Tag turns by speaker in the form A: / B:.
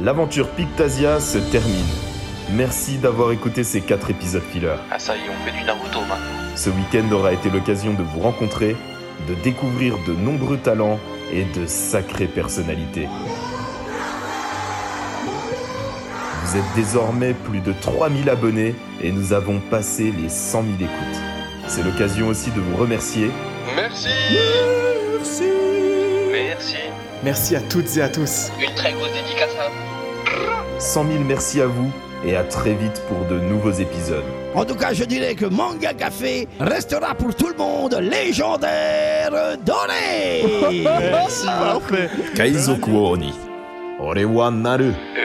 A: L'aventure Pictasia se termine. Merci d'avoir écouté ces 4 épisodes filler.
B: Ah ça y est, on fait du Naruto hein. maintenant.
A: Ce week-end aura été l'occasion de vous rencontrer, de découvrir de nombreux talents et de sacrées personnalités. Vous êtes désormais plus de 3000 abonnés et nous avons passé les 100 000 écoutes. C'est l'occasion aussi de vous remercier
B: Merci
C: Merci.
B: Merci
C: Merci à toutes et à tous.
B: Une très grosse dédicace à
A: 100 000 merci à vous et à très vite pour de nouveaux épisodes.
D: En tout cas, je dirais que Manga Café restera pour tout le monde légendaire donné.
C: Merci, parfait.
A: Kaizoku Oni. Ore wa naru.
B: vous. hein.